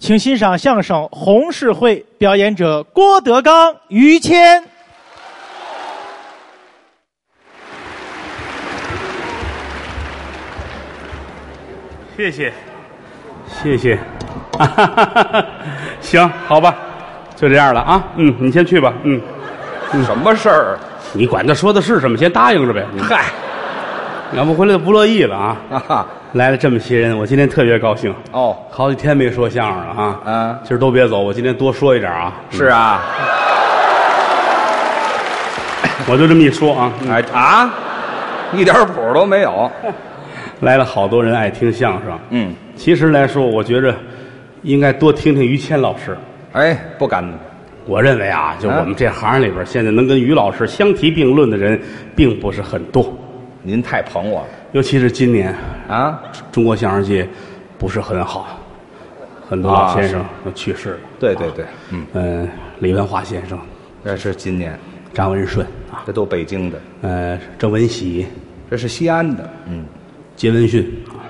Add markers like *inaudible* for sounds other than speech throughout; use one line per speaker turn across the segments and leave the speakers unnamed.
请欣赏相声《红事会》，表演者郭德纲、于谦。
谢谢，谢谢， *laughs* 啊哈哈哈哈行，好吧，就这样了啊。嗯，你先去吧。嗯，
什么事儿？
你管他说的是什么，先答应着呗。嗯
嗨，
要不回来就不乐意了啊。
啊哈，
来了这么些人，我今天特别高兴，
哦，
好几天没说相声了啊。
嗯
今儿都别走，我今天多说一点啊。
是啊，
我就这么一说啊，嗯
哎啊，一点谱都没有。
来了好多人爱听相声。
嗯，
其实来说，我觉着应该多听听于谦老师。
哎，不敢，
我认为啊，就
啊
我们这行里边，现在能跟于老师相提并论的人，并不是很多。
您太捧我了
尤其是今年，
啊。
中国相声界不是很好，很多老先生都去世了。
啊对对对，嗯，
嗯、李文华先生、
这是今年，
张文顺啊，
这都北京的，
呃，郑文喜、
这是西安的，嗯，
杰文逊啊，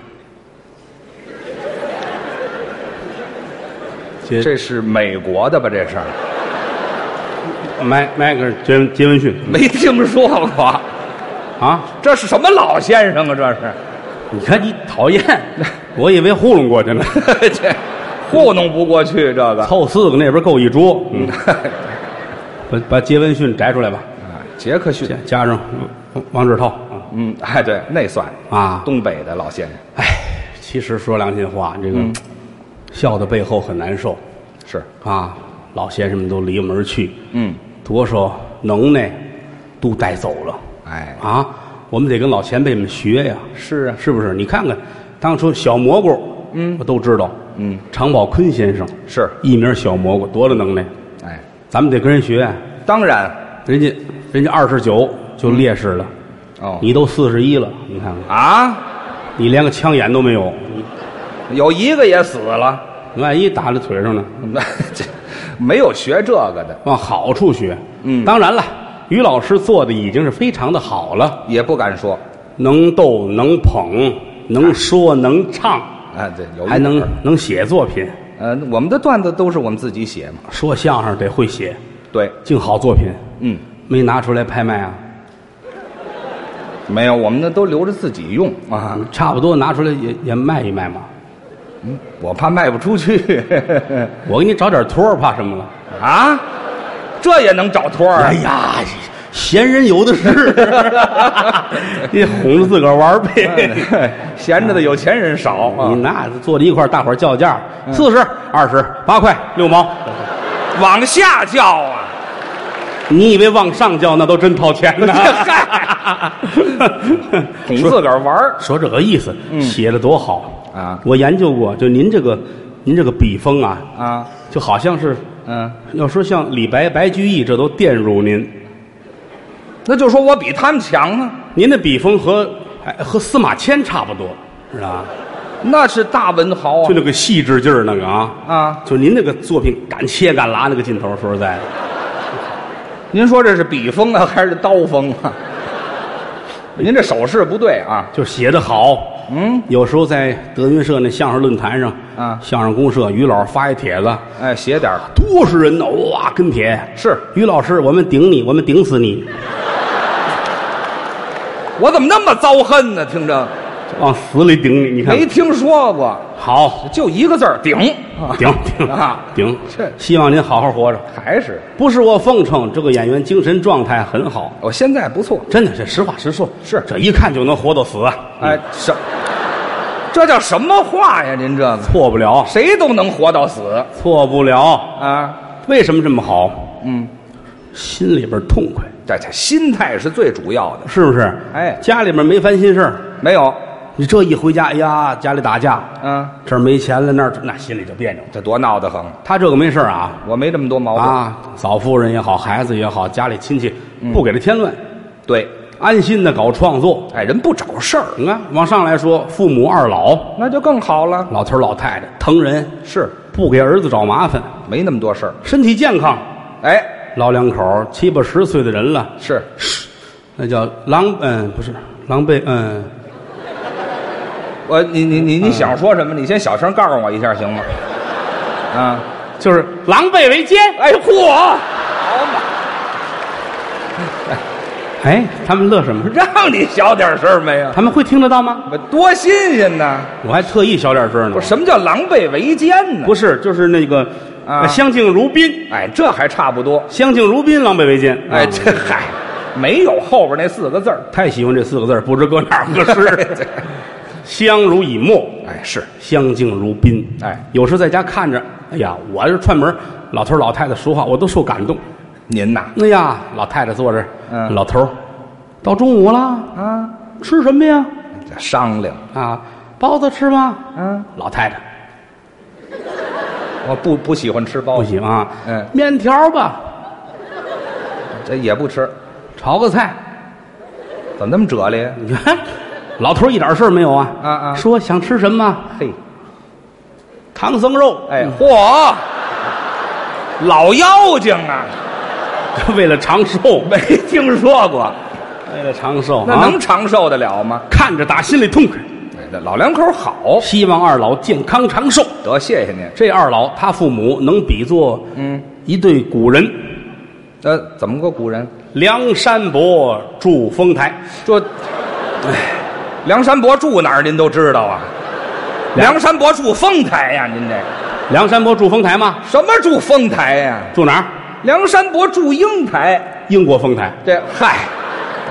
杰
这是美国的吧？这是
迈迈克尔杰杰文逊
没听说过，
啊，
这是什么老先生啊？这
你看你讨
*laughs*
厌，我以为糊弄过去了，
是， *laughs* 这糊弄不过去这个。
凑四个那边够一桌，
*laughs*
嗯，把把杰文逊摘出来吧，
哎杰克逊
加，加上王王志涛啊。
嗯，哎，对，那算
啊
东北的老先生
唉，其实说良心话，这个、
嗯
笑的背后很难受
是，
啊！老先生们都离我们而去，
嗯，
多少能耐都带走了
哎，
啊！我们得跟老前辈们学呀，
是啊，
是不是？你看看当初小蘑菇，嗯，我都知道，
嗯，
常宝坤先生
是，
艺名小蘑菇，多大能耐？
哎，
咱们得跟人学，啊
当然，
人家人家二十九就烈士了，
哦，
你都四十一了，你看看，
啊，
你连个枪眼都没有，
有一个也死了， *laughs*
你万一打在腿上呢？
那这没有学这个的，
往好处学。
嗯
当然了，于老师做的已经是非常的好了，
也不敢说，
能逗、能捧、能说、能唱，
啊，对，有一
还能
本儿，
能写作品。
呃，我们的段子都是我们自己写嘛，
说相声得会写，
对，
净好作品
嗯，
没拿出来拍卖啊，
没有，我们的都留着自己用啊，
差不多拿出来也也卖一卖嘛。
我怕卖不出去， *laughs*
我给你找点托儿，怕什么了？
啊，这也能找托儿啊
哎呀，闲人有的 *laughs* 是，你哄着自个儿玩儿呗。
啊， *laughs* 闲着的有钱人少
你
啊，
那坐在一块儿，大伙儿叫价，四十、二十、八块、六毛，
往下叫啊。
你以为往上叫那都真掏钱呢？
嗨哄自个儿玩儿
*laughs* 说这个意思，写的多好
啊
我研究过，就您这个您这个笔锋啊，
啊，
就好像是
嗯，
要说像李白、白居易，这都玷辱您。
那就说我比他们强呢，
您的笔锋和哎和司马迁差不多，是吧？
那是大文豪啊
就那个细致劲儿那个啊，
啊！
就您那个作品敢切敢拉那个劲头，说实在的，
您说这是笔锋啊，还是刀锋啊？ *laughs* 您这手势不对啊，
就写的好。
嗯，
有时候在德云社那相声论坛上，
啊
相声公社于老师发一帖子，
哎，斜点儿
多少人呢？哇，跟帖
是
于老师，我们顶你，我们顶死你，
我怎么那么遭恨呢？听着
往死里顶你，你看
没听说过， *laughs*
好，
就一个字儿顶啊，
顶顶
啊
顶
这，
希望您好好活着。
还是
不是我奉承，这个演员精神状态很好，
我哦现在不错，
真的，这实话实说，
是
这一看就能活到死啊，
哎，什这叫什么话呀？您这个
错不了，
谁都能活到死
错不了。
啊，
为什么这么好？
嗯，
心里边痛快，
这这心态是最主要的，
是不是？
哎
家里边没烦心事儿，
没有，
你这一回家，哎呀，家里打架，
嗯。
这儿没钱了，那儿那心里就别扭。
这多闹得慌！
他这个没事儿啊，
我没这么多毛病。
啊，嫂夫人也好，孩子也好，家里亲戚
嗯
不给他添乱，
对，
安心的搞创作。
哎，人不找事儿，
你看，往上来说，父母二老，
那就更好了。
老头儿老太太疼人，
是，
不给儿子找麻烦，
没那么多事儿。
身体健康。
哎，
老两口儿七八十岁的人了，
是
那叫狼，嗯，不是狼狈，嗯，
嗯我，你你你你想说什么？你先小声告诉我一下行吗？啊，
就是狼狈为奸。
*laughs* 哎嚯，好嘛，
哎，他们乐什么？
让你小点声儿没有？
他们会听得到吗？
不多新鲜呐！
我还特意小点声呢
不。是什么叫狼狈为奸呢？
不是，就是那个
啊
相敬如宾，
哎，这还差不多。
相敬如宾，狼狈为奸。
哎，
啊
这嗨，没有后边那四个字儿。
太喜欢这四个字儿，不知搁哪儿合
*laughs*
适。相濡以沫，
哎，是
相敬如宾。
哎，
有时在家看着，哎呀，我这串门儿，老头儿老太太说话，我都受感动。
您呐
哎呀，老太太坐这儿，
嗯
老头儿，到中午了，
啊，
吃什么呀？
这商量
啊，包子吃吗？
啊，
老太太
我不不喜欢吃包
不
子，
行啊，
嗯
面条吧，
这也不吃，
炒个菜。 *laughs*
怎么那么哲理啊呀？
你看，老头儿一点事儿没有啊。
啊啊
说想吃什么？
嘿，
唐僧肉。
哎，嚯，老妖精啊，
嗯， *laughs* 为了长寿，
*laughs* 没听说过，
为了长寿，
那
啊
能长寿得了吗？
看着打心里痛快。
哎这老两口好，
希望二老健康长寿。
得谢谢您。
这二老他父母能比作
嗯，
一对古人，
呃，怎么个古人？
梁山伯祝丰台。
这，哎梁山伯住哪儿您都知道啊？梁山伯住丰台呀、您这
梁山伯祝丰台吗？
什么住丰台呀、
住哪儿？
梁山伯住英台，
英国丰台。
这嗨，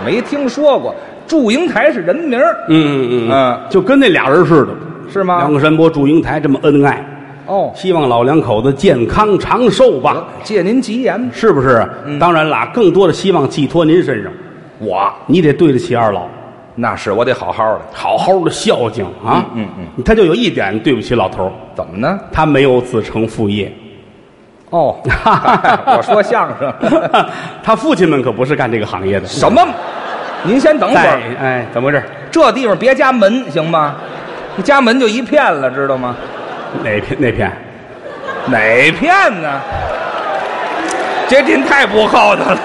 没听说过。祝英台是人名儿
嗯嗯
嗯
就跟那俩人似的，
是吗？
梁山伯祝英台这么恩爱，
哦，
希望老两口子健康长寿吧，
借您吉言，
是不是？
嗯
当然啦，更多的希望寄托您身上，
我
你得对得起二老，
那是我得好好的。
好好的孝敬啊。
嗯嗯
嗯，他就有一点对不起老头儿，
怎么呢？
他没有子承父业。
哦， *laughs* 嗨我说相声
*laughs* 他父亲们可不是干这个行业的。
什么？您先等会
在
儿，
哎，怎么回事？
这地方别加门行吗？一加门就一片了，知道吗？
哪篇哪篇？
哪片呢？这您太不厚道了，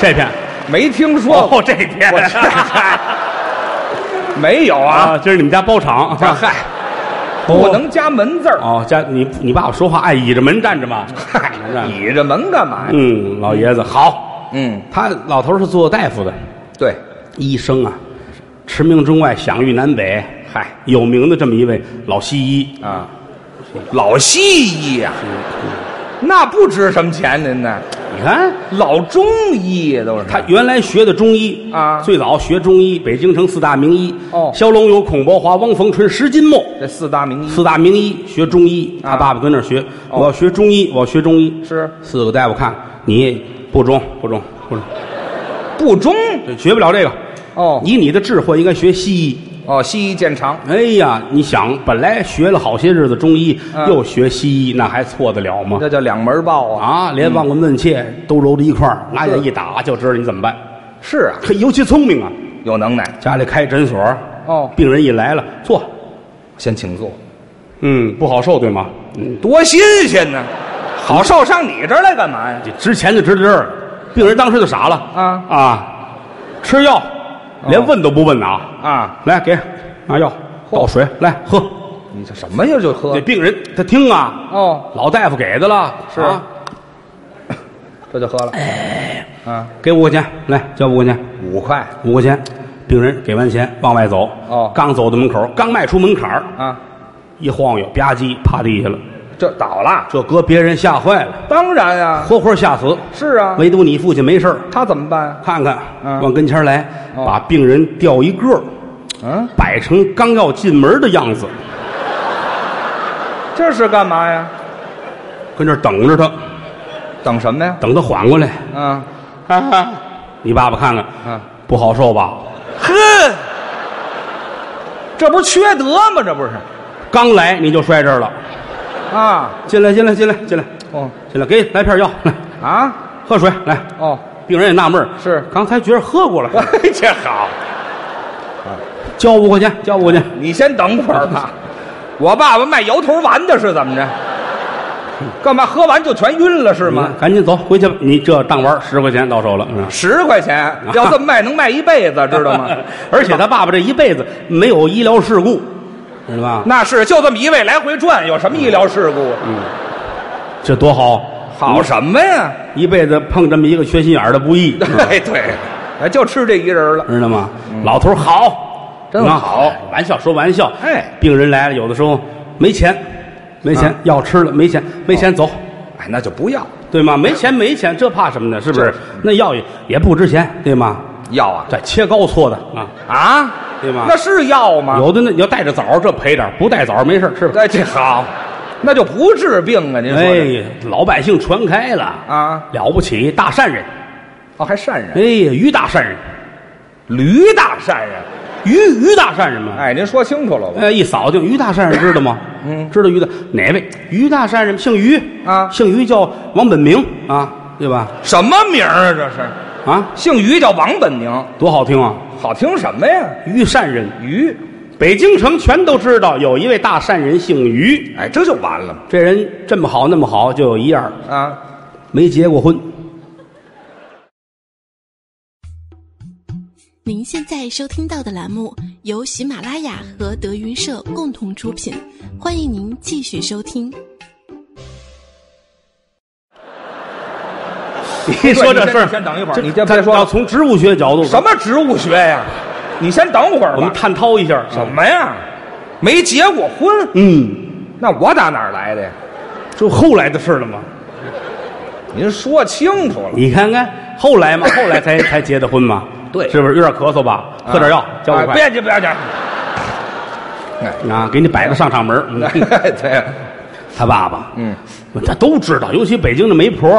这篇
你没听说过、
这篇
我没有
*laughs*
啊？
啊，今儿你们家包场
这嗨，不能加门字儿，
哦，家你你爸爸说话爱哎倚着门站着
*laughs*
嘛？
嗨
倚着站，着
倚着门干嘛呀？
嗯，老爷子好，
嗯，
他老头是做大夫的，
对，
医生啊，驰名中外，享誉南北，
嗨
有名的这么一位老西医。
啊，老西医呀、那不值什么钱，您呢？
你看，
老中医都是
他原来学的中医
啊
最早学中医，北京城四大名医
哦
萧龙友、孔伯华、汪逢春、石金墨，
这四大名医
四大名医学中医。
啊
他爸爸跟那儿学，
哦
我要学中医，我要学中医。
是
四个大夫看你不中，不中，不中，
不中
这学不了这个。
哦
以你的智慧，应该学西医。
哦，西医见长，
哎呀，你想，本来学了好些日子中医，
嗯
又学西医，那还错得了吗
这？叫两门报啊。
啊，连望闻问切
嗯
都揉到一块儿，拿眼一打就知道你怎么办。
是啊，
可尤其聪明啊，
有能耐
家里开诊所，
哦。
病人一来了，坐，
先请坐，
嗯，不好受，对吗？嗯，
多新鲜呢！好受上你这儿来干嘛呀？
这值钱就值在这儿了。病人当时就傻了
啊
啊，吃药，连问都不问啊，
啊，
来给拿药倒水来喝。
你这什么呀？
这
就喝
病人他听啊，
哦，
老大夫给的了，
是
啊，
这就喝了。啊，
给五块钱，来交五块钱，
五块
五块钱。病人给完钱往外走，
哦
刚走到门口，刚迈出门槛儿
啊，
一晃悠，吧唧趴地下了。
这倒了。
这搁别人吓坏了，
当然啊，
活活吓死。
是啊，
唯独你父亲没事儿，
他怎么办呀？
看看，
嗯
往跟前来，
哦
把病人吊一个儿，
嗯，
摆成刚要进门的样子，
这是干嘛呀？
跟这儿等着他，
等什么呀？
等他缓过来。
啊
你爸爸看看，
啊，
不好受吧？
呵，这不是缺德吗？这不是
刚来你就摔这儿了，
啊？
进来，进来，进来，进来，
哦
进来，给来片药，来
啊
喝水，来。
哦，
病人也纳闷儿
是
刚才觉得喝过
*laughs*
了，
哎， *laughs* 这好，
交五块钱，交五块钱，
你先等会儿吧。我爸爸卖摇头丸的是怎么着？干嘛喝完就全晕了是
是
吗？？
嗯赶紧走回去吧，你这当玩十块钱到手了，嗯
十块钱要
*laughs*
这么卖能卖一辈子，知道吗？
而且他爸爸这一辈子没有医疗事故，是吧？
那是就这么一位来回转，有什么医疗事故？
嗯这多好，
好啊什么呀？
一辈子碰这么一个缺心眼儿的不
*laughs*
易，
对对，哎，就吃这一人了。
知道吗？老头儿好，
嗯真
啊
好
哎玩笑说玩笑，
哎
病人来了，有的时候没钱，没钱
啊
药吃了，没钱，没钱走，
哎，那就不要
对吗？没钱没钱，这怕什么呢？是不是
这？
那药也也不值钱，对吗？
药啊
这切糕搓的啊，
啊，
对吗
那是药吗？
有的那你要带着枣儿，这赔点儿；不带枣儿没事儿吃吧。
哎，这好，那就不治病啊！您说这
哎，老百姓传开了
啊，
了不起，大善人，
哦，还善
哎
人，
呀，于大善人，
驴大善人。
于于大善人嘛。
哎，您说清楚了吧？
呃，一扫定于大善人知道吗？嗯，知道于大哪位？于大善人姓于
啊
姓于叫王本明啊，对吧？
什么名儿啊？这是
啊，
姓于叫王本宁，
多好听啊！
好听什么呀？
于善人，
于，
北京城全都知道有一位大善人姓于，
哎，这就完了
这人这么好那么好，就有一样儿
啊！
没结过婚。
您现在收听到的栏目由喜马拉雅和德云社共同出品，欢迎您继续收听。
你说这事儿，
你先等一会儿
这
你先别说
要从植物学角度，
什么植物学呀？你先等会儿
我们
吧。
探讨一下
什么呀？没结过婚？
嗯，
那我打哪儿来的呀？
这后来的事了吗？
您说清楚了。
你看看后来嘛，后来才才结的婚嘛，
对
是不是有点咳嗽吧？喝点药，
啊
交五
啊
块
别介，别介。
啊，给你摆个上场门儿。
*laughs*
嗯
哎对，
他爸爸，
嗯，
他都知道，尤其北京的媒婆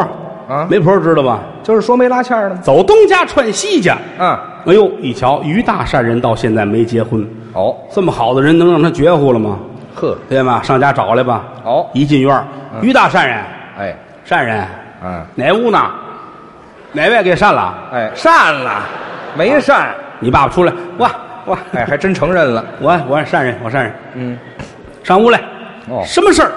啊
媒婆知道吧？
就是说没拉纤儿的吗？
走东家串西家，
嗯，
哎呦，一瞧于大善人到现在没结婚，
哦，
这么好的人能让他绝户了吗？
呵，
对吧？上家找来吧。
哦
一进院儿，于大善人，
哎，
善人，
嗯，
哪屋呢？哪位给善了？
哎，善了，没善，
你爸爸出来，我我
哎，还真承认了。
我我善人，我善人，
嗯，
上屋来。
哦
什么事儿？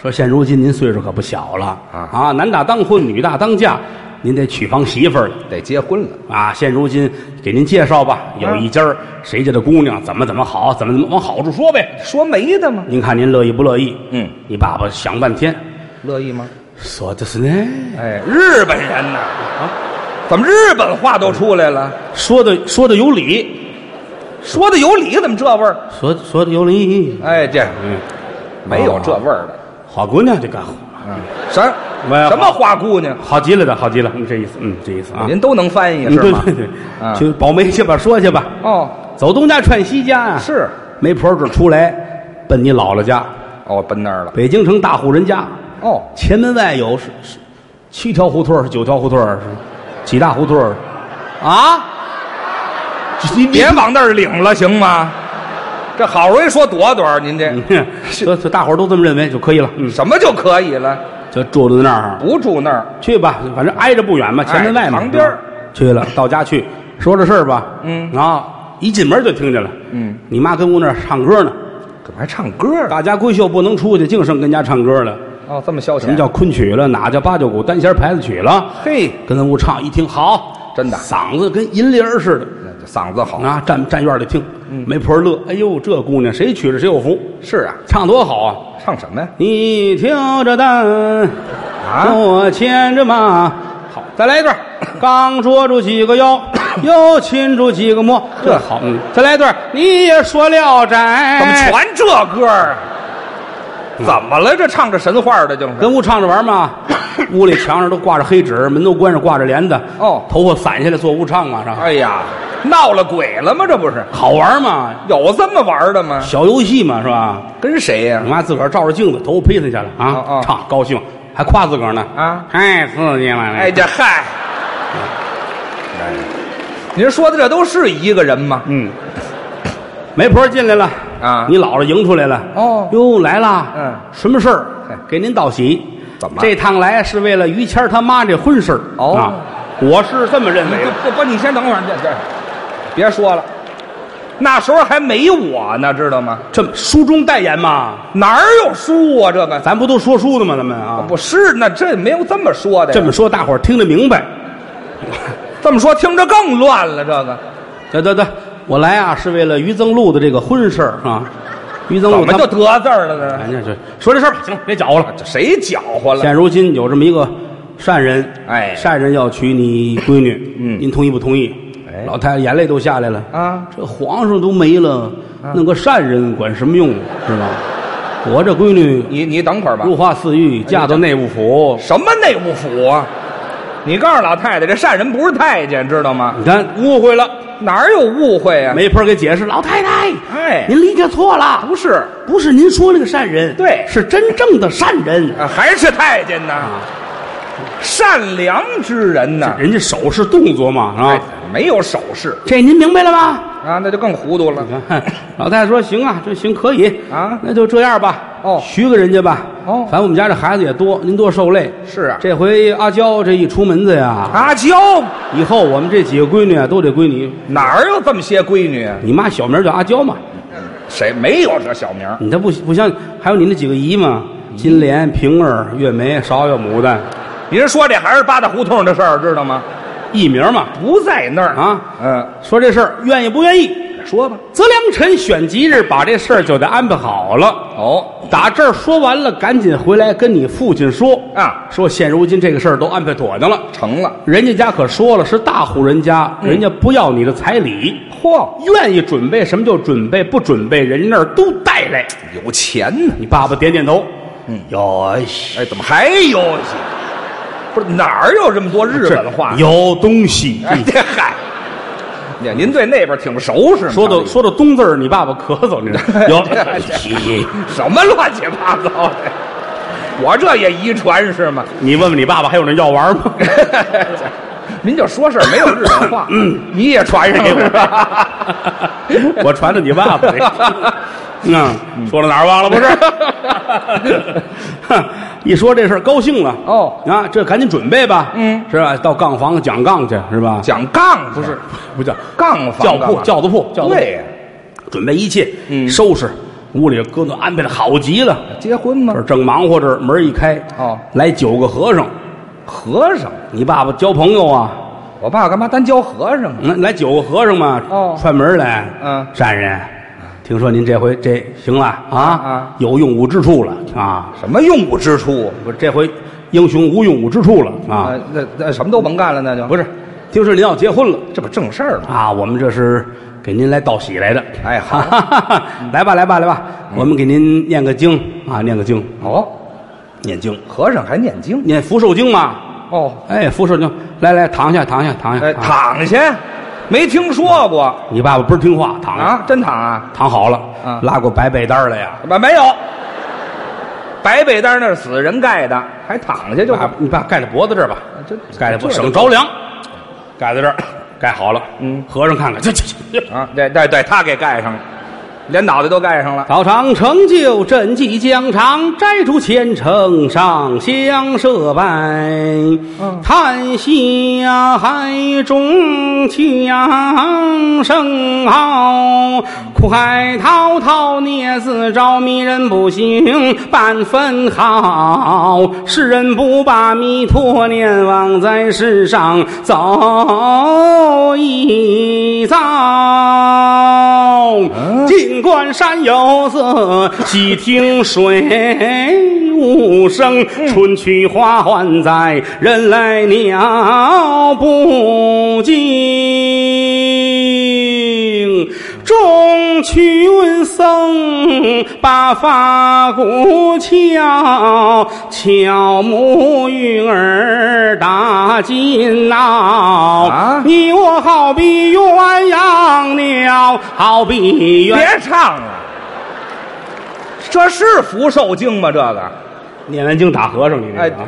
说现如今您岁数可不小了
啊
男大当婚，女大当嫁，您得娶房媳妇儿了
得结婚了。
啊！现如今给您介绍吧，
啊
有一家儿谁家的姑娘怎么怎么好，怎么怎么往好处说呗。
说没的吗？
您看您乐意不乐意？
嗯，
你爸爸想半天，
乐意吗？
说的是呢，
*laughs* 哎，日本人呐，啊，怎么日本话都出来了？
说的说的有理，
说的有理，怎么这味儿？
说说的有理。
哎，这
嗯，
没有这味儿的。
好姑娘这干活，
嗯，什
我也好
什么花姑娘？
好极了的，好极了，嗯，这意思，嗯，这意思啊。
您都能翻译
嗯，
是
对
吗
对？对，
啊
去保媒去吧，说去吧。
哦，
走东家串西家啊，
是
媒婆准出来，奔你姥姥家，
哦，奔那儿了。
北京城大户人家，
哦，
前门外有是是七条胡同儿是九条胡同儿是几大胡同儿啊？
你别往那儿领了，行吗？这好容易说朵朵，您这
嗯 *laughs* 这这大伙儿都这么认为就可以了，嗯，
什么就可以了？
就住在那儿。
不住那儿，
去吧，反正挨着不远嘛，前门外嘛，
哎旁边儿
去了，到家去说这事儿吧。
嗯
啊，一进门就听见了。
嗯，
你妈跟屋那儿唱歌呢，
怎么还唱歌了？
大家闺秀不能出去，净剩跟家唱歌了。
哦，这么消遣？
什么叫昆曲了？哪叫八九鼓单弦牌子曲了？
嘿？
跟咱屋唱，一听好，
真的
嗓子跟银铃儿似的。
那嗓子好
啊，站站院里听，
嗯
媒婆乐，哎呦，这姑娘谁娶了谁有福，
是啊，
唱多好啊！
唱什么呀？
你挑着担，
啊
我牵着
*coughs*
马，好。
再来一段。
刚捉住几个
*coughs*
妖，又擒住几个魔，这好，嗯，再来一段，你也说聊斋，
怎么全这歌儿啊？怎么了？这唱着神话的，就是
跟屋唱着玩
*coughs*
嘛？屋里墙上都挂着黑纸，门都关上，挂着帘子，
哦
头发散下来做屋唱嘛，是吧？
哎呀，闹了鬼了吗？这不是
好玩嘛，
有这么玩的吗？
小游戏嘛，是吧？
跟谁呀
我、妈自个儿照着镜子，头发披散下来
哦
啊
哦，
唱高兴，还夸自个儿呢
啊
太刺激了！
哎，这嗨，哎您说的这都是一个人吗？
嗯，媒婆进来了
啊
你姥姥迎出来了
哦
哟来了，
嗯
什么事儿
嘿？
给您道喜。
怎么
这趟来是为了于谦儿他妈这婚事儿
哦
啊我是这么认为的。
不不，你先等会儿，这这，别说了，那时候还没我呢，知道吗？
这么书中代言嘛，
哪儿有书啊？这个
咱不都说书的吗？咱们啊，
不是，那这没有这么说的呀。
这么说大伙儿听得明白。
这么说，听着更乱了。这个
得得得，我来啊是为了于增禄的这个婚事儿啊。于
怎
增禄
么
他
就得字儿了
哎
呢？
呀，这说这事儿吧，行了，别搅和了。
这谁搅和了？
现如今有这么一个善人，
哎
善人要娶你闺女，
嗯
您同意不同意？
哎
老太太眼泪都下来了
啊！
这皇上都没了，弄个善人管什么用？是吧？我这闺女
你你等会儿吧。
入化四狱，嫁到内务府，
什么内务府啊？你告诉老太太，这善人不是太监，知道吗？
你看
误会了，哪儿有误会啊？
没法给解释。老太太，
哎
您理解错了，
不是
不是您说那个善人，
对
是真正的善人。
啊，还是太监呐，
啊
善良之人呐，
人家手势动作嘛，是吧？
哎没有首饰
这您明白了吗？
啊，那就更糊涂
嗯
了。
*laughs* 老太太说：“行啊，这行可以
啊
那就这样吧。
哦
许给人家吧。
哦
反正我们家这孩子也多，您多受累。
是啊
这回阿娇这一出门子呀，
阿娇
以后我们这几个闺女啊都得归你。
哪儿有这么些闺女啊？
你妈小名叫阿娇嘛，
谁没有这小名儿？
你这不不相信？还有你那几个姨嘛，
嗯
金莲、平儿、月梅、芍药、牡丹，
您说这还是八大胡同的事儿，知道吗？
艺名嘛。
不在那儿
啊
嗯，
说这事儿愿意不愿意？
说吧。
择良辰选吉日，把这事儿就得安排好了。
哦，
打这儿说完了，赶紧回来跟你父亲说
啊
说现如今这个事儿都安排妥当了，
成了。
人家家可说了是大户人家，人家不要你的彩礼，
嗯嚯，
愿意准备什么就准备，不准备人家那儿都带来。
有钱呢。
你爸爸点点头，嗯，有西
哎，怎么还有戏？不是哪儿有这么多日本话？
有东西。
哎， *laughs* 这嗨，您您对那边挺熟是吗？
说到说到东字儿，你爸爸咳嗽，你知
哎
道有西。
什么乱七八糟的？我这也遗传是吗？
你问问你爸爸还有人要玩吗？
您就说事儿没有日本话，嗯，你也传上了是
嗯
吧？ *laughs*
我传的你爸爸这。嗯，说到哪儿忘了不
*laughs*
是？哼一说这事儿高兴了
哦
啊，这赶紧准备吧，
嗯
是吧？到杠房讲杠去是吧？
讲杠不是
不叫
杠房
轿
干
铺
嘛
轿子铺轿子铺
对呀，
准备一切，
嗯
收拾屋里搁那安排的好极了。
结婚吗
这儿正忙活着，门一开，
哦
来九个和尚。
和尚，啊
你爸爸交朋友啊？
我爸干嘛单教和尚啊？
那来九个和尚嘛，
哦
串门来。
嗯
善人，听说您这回这行了啊
啊
有用武之处了啊！
什么用武之处
不是，这回英雄无用武之处了啊！
啊？那那什么都甭干了，那就
不是，听说您要结婚了
这不正事儿吗？
啊？我们这是给您来道喜来的。
哎好
来吧，来吧，来吧，
嗯
我们给您念个经啊，念个经，
哦，
念经，
和尚还念经
念福寿经嘛。
哦，
哎，福寿经，来来，躺下，躺下，躺下。
哎，
躺。
躺下，没听说过
你爸爸不是听话，躺下，
啊？真躺啊？
躺好了，
啊
拉过白被单来呀。
没没有，白被单那是死人盖的，还躺下就
爸爸你爸盖在脖子这儿吧，
这
盖在脖
这
省着凉，盖在这儿，盖好了。
嗯
和尚看看，这这这。
啊？对对对，他给盖上了，连脑袋都盖上了。
早长成就赈济疆场，摘除前程上香设拜，叹息海中枪声号，苦海滔滔孽自招，迷人不醒半分好。世人不把弥陀念，枉在世上走一遭。尽管山有色，细听水无声。春去花还在，人来鸟不惊。众群僧把法鼓敲，敲木鱼儿打金闹。
啊
你我好比鸳鸯鸟，好比鸳。
别唱了，这是福寿经吗？这个，
念完经打和尚，你这
哎
个啊，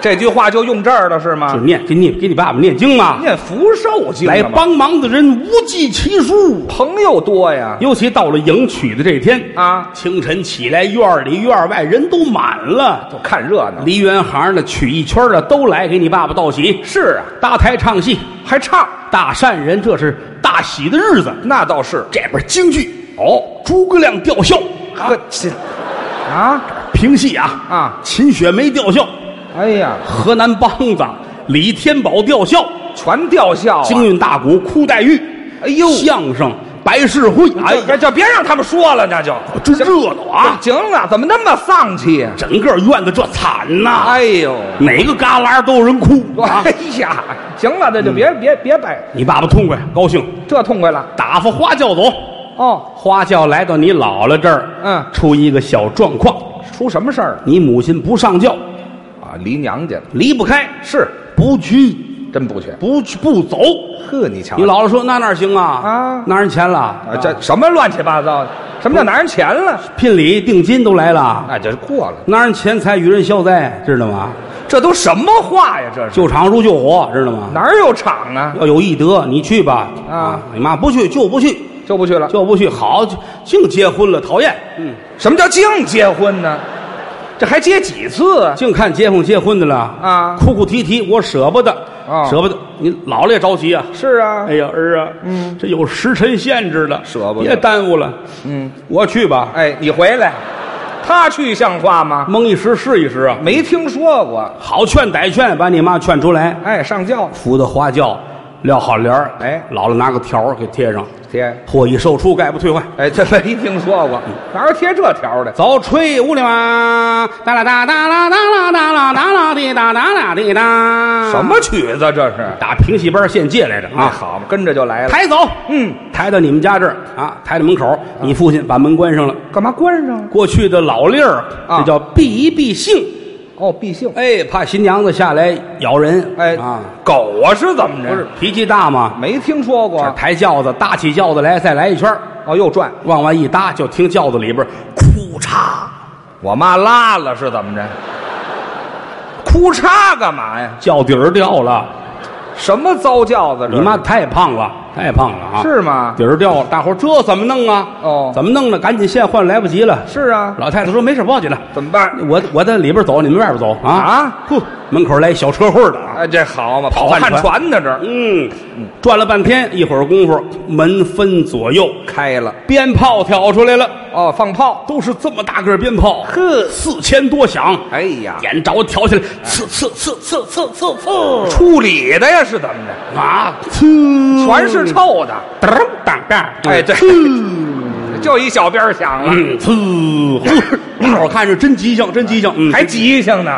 这句话就用这儿了是
就
吗？
念给你给你爸爸念经嘛，
念福寿经啊
来
干嘛
帮忙的人无计其数。
朋友多呀，
尤其到了迎娶的这天
啊
清晨起来，院里院外人都满了，
看热闹
梨园行的、曲艺圈的都来给你爸爸道喜，
是啊，
搭台唱戏，
还唱
大善人，这是大喜的日子。
那倒是
这边京剧哦，诸葛亮吊孝，
呵这啊，
评戏啊
啊
秦雪梅吊孝，
哎呀，
河南梆子李天宝吊孝，
全吊孝啊！
京韵大鼓哭黛玉，
哎呦
相声白事会，
哎
哎呀，
呀，就别让他们说了，那就
真热闹啊！
行了，怎么那么丧气呀？
整个院子这惨呐、
哎呦，
哪个旮旯都有人哭啊
哎！呀，行了，这就别别别摆，
你爸爸痛快高兴，
这痛快了
打发花轿走。
哦。
花轿来到你姥姥这儿，
嗯
出一个小状况，
出什么事儿了
你母亲不上轿，
啊？离娘家了，
离不开，
是
不去，
真不去。
不去不走。
呵，你瞧
你姥姥说：“那哪行啊？
啊
拿人钱了，
啊，这什么乱七八糟的？什么叫拿人钱了？
聘礼定金都来了，
哎，这是过了，
拿人钱财与人消灾，知道吗？
这都什么话呀？这是
救场如救火，知道吗？
哪儿有场啊？
要有义德，你去吧。
啊
你妈不去就不去，
就不去了。
就不去。好，就净结婚了，讨厌。嗯，
什么叫净结婚呢？这还结几次啊？
净看街坊结婚的了
啊
哭哭啼啼，我舍不得，
哦
舍不得。你姥姥也着急啊。
是啊
哎，呀，儿啊，嗯，这有时辰限制的，
舍不得
别耽误了。
嗯，
我去吧，
哎，你回来，他去像话吗？
蒙一时是一时啊。
没听说过。
好劝歹劝，把你妈劝出来。
哎，上轿，
扶到花轿，撂好帘儿，
哎
姥姥拿个条儿给贴上，
贴，
破衣售出，概不退还。
哎，这没听说过，哪有贴这条的？
走，吹屋里嘛，哒啦哒哒啦哒啦哒啦哒啦滴哒哒啦滴哒。
什？么曲子这是？
打评戏班现借来的
啊，
啊！
好嘛，跟着就来了。
抬走，
嗯，
抬到你们家这儿啊，抬到门口，你父亲把门关上了。
干嘛关上了？
过去的老令儿，
啊
这叫避一避性，
哦，必姓。
哎，怕新娘子下来咬人。
哎
啊，，
狗啊是怎么着？
不是，脾气大嘛，
没听
这
说过。
抬轿子，搭起轿子来，再来一圈儿
哦，又转。
往外一搭，就听轿子里边儿哭嚓，
我妈拉了是怎么着？哭嚓干嘛呀？
轿底儿掉了。
什么糟轿子这是？
你妈太胖了，太胖了啊！
是吗
底儿掉了，大伙儿这怎么弄啊？
哦
怎么弄呢？赶紧现换，来不及了。
是啊，
老太太说没事，不要紧的，
怎么办？
我我在里边走，你们外边走啊
啊！
呼，门口来一小车会儿的啊，
哎，这好嘛，
跑
跑
旱
旱
船
船呢这儿
嗯，转了半天，一会儿功夫，门分左右，
开了。
鞭炮挑出来了，
哦，放炮。
都是这么大个儿鞭炮，
呵
四千多响，
哎呀，
眼着挑起来，刺刺刺刺刺刺刺。
处理的呀是怎么着？
啊，全
全
嗯
是臭的，
噔当当，
哎对
嗯，
*laughs* 就一小鞭儿响了，
呲，
嗯
大伙儿看着真吉祥，真吉祥，嗯，
*laughs* 还吉祥呢，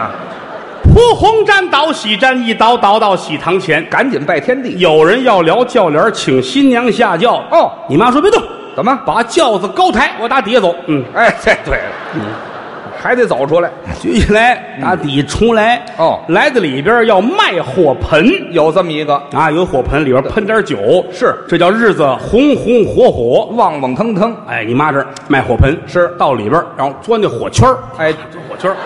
铺红毡倒喜毡，一倒倒到喜堂前。
赶紧拜天地。
有人要聊轿帘儿，请新娘下轿。
哦
你妈说别动，
怎么？
把轿子高抬，我打底下走。嗯，
哎，这对了，还得走出来，
举起来，打底重来。
哎哦
来到里边儿要卖火盆。
有这么一个
啊，有火盆里边儿喷点酒，
是
这叫日子红红火火。
旺旺腾腾，
哎，你妈这儿卖火盆
是
到里边儿，然后钻那火圈儿，
哎，
这火圈儿，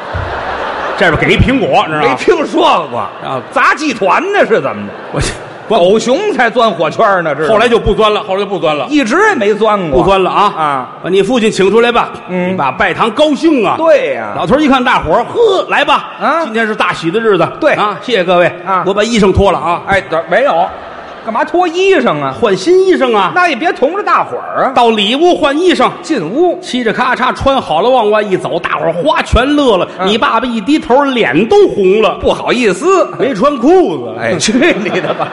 这边给一苹果，你知道
没
吗？
听说过
啊
杂技团呢是怎么着？
我去，我
狗熊才钻火圈呢，这
后来就不钻了，后来就不钻了，
一直也没钻过，
不钻了啊
啊！
把你父亲请出来吧，
嗯
你爸拜堂高兴啊。
对呀
老头儿一看大伙儿，呵，来吧，
啊
今天是大喜的日子，
对
啊，谢谢各位
啊
我把衣裳脱了啊，
哎，这没有，干嘛脱衣裳啊？
换新衣裳啊，
那也别同着大伙儿啊，
到里屋换衣裳。
进屋
嘁哧咔嚓穿好了，往外一走，大伙儿哗全乐了。
嗯
你爸爸一低头，脸都红了，
不好意思，
没穿裤子。
哎，去你的吧！